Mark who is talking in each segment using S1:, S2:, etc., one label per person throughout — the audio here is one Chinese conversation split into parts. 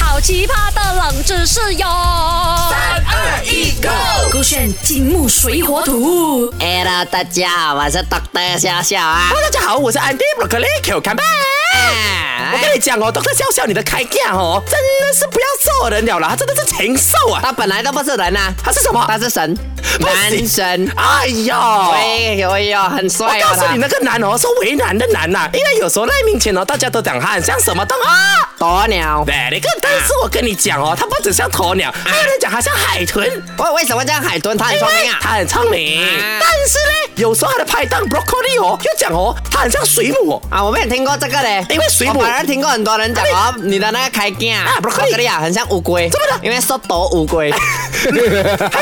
S1: 好奇葩的冷知识哟！三
S2: 二一，Go！
S1: 勾选金木水火土。
S3: Hello，大家好，我是 Doctor 笑笑啊。
S2: Hello，大家好，我是 Andy Broccoli Q 看吧。
S3: 啊
S2: 我跟你讲哦，Doctor 笑笑，你的开价哦，真的是不要做人了啦，他真的是禽兽啊！
S3: 他本来都不是人啊，
S2: 他是什么？
S3: 他是神，男神。
S2: 哎呀！
S3: 哎呦哎呦，很帅
S2: 我
S3: 啊
S2: 告诉你，
S3: 他！
S2: 那个男哦，是为难的难呐、因为有时候赖明前哦，大家都讲他很像什么动物啊
S3: 鸵鸟，
S2: ？Very
S3: 啊
S2: good，但是我跟你讲哦，他不只像鸵鸟，还有人讲他像海豚。
S3: 我为什么这样海豚？他啊很聪明啊！
S2: 他很聪明，
S3: 啊
S2: 但是呢，有时候他的拍档 Broccoli 哦，又讲哦，他很像水母哦。
S3: 啊，我没有听过这个嘞，
S2: 因为水
S3: 我
S2: 母
S3: 反而听过很多人讲哦，你的那个开镜啊
S2: 啊，broccoli
S3: 啊，很像乌龟，
S2: 怎么的
S3: 因为说斗乌 龟，
S2: 还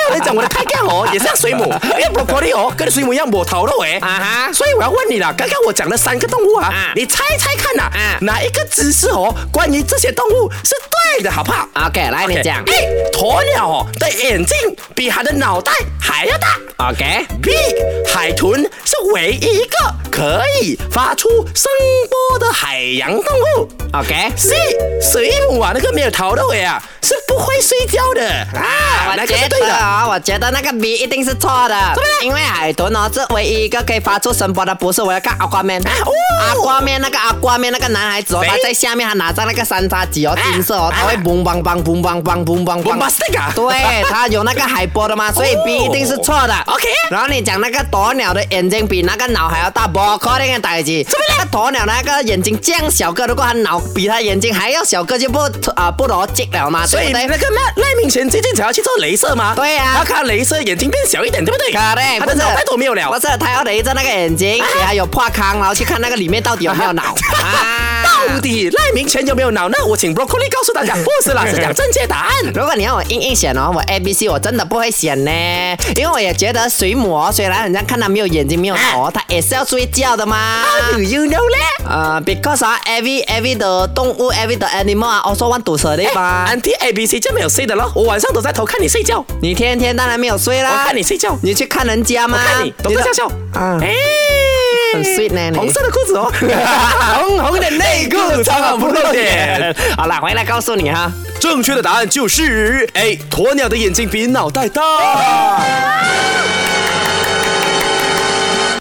S2: 有人讲我的开盖哦，也像水母，因为 Broccoli 哦，跟水母一样抹头肉哎。
S3: 啊哈
S2: 所以我要问你了，刚刚我讲的三个动物啊，
S3: 啊
S2: 你猜猜看呐、
S3: 啊
S2: 哪一个姿势哦，关于这些动物是对的，好不好？
S3: ，OK，来啊你讲
S2: A 鸵鸟哦的眼睛比它的脑袋还要大。
S3: ，OK，
S2: B 海豚是唯一一个可以发出声波的海洋动物。
S3: OK
S2: C 水母啊，那个没有头的尾啊，是不会睡觉的啊，
S3: 我
S2: 那个
S3: 觉
S2: 是
S3: 得
S2: 对的。
S3: 啊、我觉得那个 B 一定是错的，因为海豚哦是唯一一个可以发出声波的，不是？我要看阿瓜面，
S2: 哦
S3: 阿瓜面那个阿瓜面那个男孩子哦，
S2: 谁
S3: 他在下面，他拿着那个三叉戟哦，
S2: 啊
S3: 金色哦，他
S2: 啊
S3: 会嘣嘣嘣嘣嘣嘣嘣嘣
S2: Bombastic 啊
S3: 对，他有那个海波的嘛，所以
S2: 哦
S3: B 一定是错的。
S2: OK
S3: 然后你讲那个鸵鸟的眼睛比那个脑还要大，不可能的代志。那个鸵鸟那个眼睛这样小个，如果他脑比他眼睛还要小个，就不啊不逻辑了嘛，
S2: 所
S3: 对
S2: 以
S3: 不对
S2: 那？个赖赖明前最近才要去做镭射吗？
S3: 对啊
S2: 他看镭射眼睛变小一点，对不对？
S3: 可嘞，
S2: 他
S3: 不
S2: 的
S3: 是
S2: 脑袋都没有了
S3: 不。是他要勒着那个眼睛，给他有破康，然后去看那个里面到底有没有脑啊
S2: 到底赖明前有没有脑呢？我请 Broccoli 告诉大家，不是啦，是讲正确答 案。
S3: 如果你要我硬硬选哦，我 A B C 我真的不会选呢，因为我也觉得水母哦，虽然人家看它没有眼睛没有脑
S2: 啊
S3: 哦，它也是要睡觉的嘛。
S2: How do you know 呢？
S3: 呃，because 啊，every every 的动物，every 的 animal 啊，also want to sleep 啊嘛。
S2: 安 T A B C 就没有睡的咯，我晚上都在偷看你睡觉，我
S3: 你天天当然没有睡啦，
S2: 看你睡觉，
S3: 你去看人家
S2: 我
S3: 吗？
S2: 看你，懂得笑笑
S3: 啊，
S2: 哎，
S3: 很 sweet 呢你
S2: 红色的裤 子哦，红红的内 裤，长好不露脸。。
S3: 好啦，回来告诉你哈。
S2: 正确的答案就是 A，鸵鸟的眼睛比脑袋大。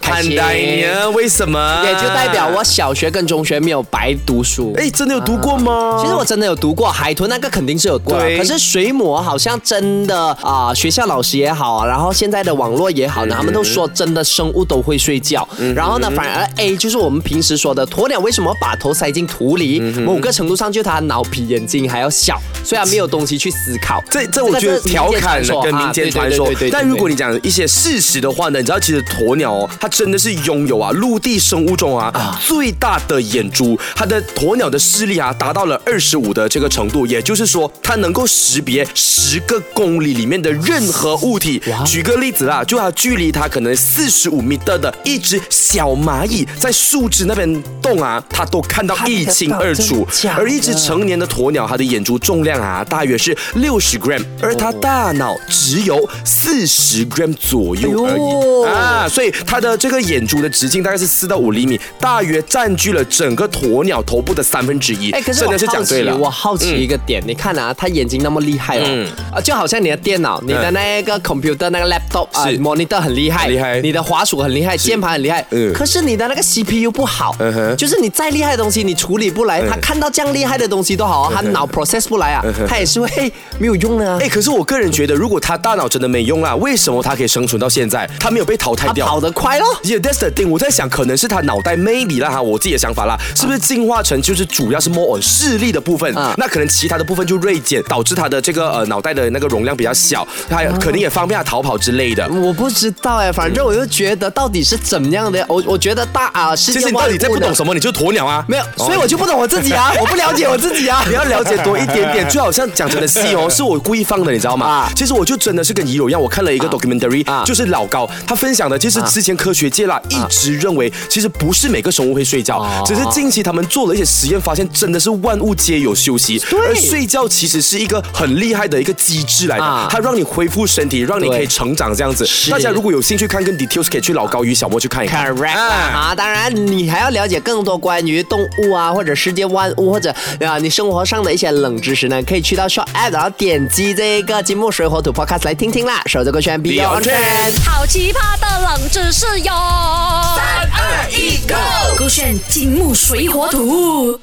S3: 开
S2: 看
S3: 心
S2: 待你啊，为什么？
S4: 也就代表我小学跟中学没有白读书。
S2: 哎，真的有读过吗？
S4: 其实我真的有读过海豚那个肯定是有过啊，
S2: 哦对
S4: 可是水母好像真的啊、学校老师也好啊，然后现在的网络也好呢，他们都说真的生物都会睡觉。然后呢，反而 A 就是我们平时说的鸵鸟为什么把头塞进土里，某个程度上就是它脑比眼睛还要小，所以它没有东西去思考。
S2: 这这
S4: 个
S2: 我觉得
S4: 是民间
S2: 调侃
S4: 传说
S2: 跟民间传说
S4: 啊对对对对对对，
S2: 但如果你讲一些事实的话呢，你知道其实鸵鸟哦，它真的是拥有啊陆地生物中啊最大的眼珠，它的鸵鸟的视力啊达到了二十五的这个程度，也就是说它能够识别十个公里里面的任何物体。举个例子啦，就它距离它可能四十五米的的一只小蚂蚁在树枝那边动啊，它都看到一清二楚，而一只成年的鸵鸟，它的眼珠重量啊，大约是六十 gram，而它
S4: 哦
S2: 大脑只有四十 gram 左
S4: 哎
S2: 右而已、啊，所以它的这个眼珠的直径大概是四到五厘米，大约占据了整个鸵鸟头部的三分之一。
S4: 哎，可是
S2: 真
S4: 我
S2: 的是
S4: 好
S2: 讲对
S4: 奇，
S2: 了。嗯
S4: 我好奇一个点，你看啊，他眼睛那么厉害哦，啊，就好像你的电脑、你的那个 computer、那个 laptop 啊
S2: 是
S4: ，monitor 很厉害，
S2: 很厉害
S4: 你的滑鼠很厉害，键盘很厉害，
S2: 嗯
S4: 可是你的那个 CPU 不好，
S2: 嗯哼嗯
S4: 就是你再厉害的东西你处理不来，他看到这样厉害的东西都好啊，他脑 process 不来啊，他也是会没有用的啊
S2: 哎、。可是我个人觉得，如果它大脑真的没用啊，为什么它可以生存到现在？它没有被淘汰
S4: 他
S2: 掉？
S4: 跑得快咯，
S2: Yeah, that's the thing。我在想，可能是他脑袋 maybe 啦哈，我自己的想法啦，是不是进化成就是主要是 more on 视力的部分，
S4: 啊
S2: 那可能其他的部分就锐减，导致他的这个呃脑袋的那个容量比较小，他
S4: 嗯
S2: 可能也方便他逃跑之类的。
S4: 我不知道哎，反正我就觉得到底是怎么样的，我我觉得大啊，世界
S2: 其实你到
S4: 万
S2: 底在
S4: 物
S2: 不
S4: 的
S2: 懂什么，你就鸵鸟啊。
S4: 没有，所以我就不懂我自己啊，我不了解我自己啊。
S2: 你要了解多一点点，就好像讲真的戏 哦，是我故意放的，你知道吗？
S4: 啊
S2: 其实我就真的是跟怡友一样，我看了一个 documentary，、
S4: 啊
S2: 就是老高他分享的，其实之前科学界啦、一直认为，其实不是每个生物会睡觉，
S4: 哦
S2: 只是近期他们做了一些实验，发现真的是万物皆有休息，而睡觉其实是一个很厉害的一个机制来的，
S4: 啊
S2: 它让你恢复身体，让你
S4: 对
S2: 可以成长这样子。大家如果有兴趣看更 details，可以去老高与小莫去看一看。
S4: Correct 啊，当然你还要了解更多关于动物啊，或者世界万物，或者啊你生活上的一些冷知识呢，
S3: 可以去到 Shop App，然后点击这个金木水火土 Podcast 来听听啦。守着歌圈 Beyond
S2: Beyond
S3: Trend。
S1: 好奇葩的冷知识哟！三二一，Go！勾选金木水火土。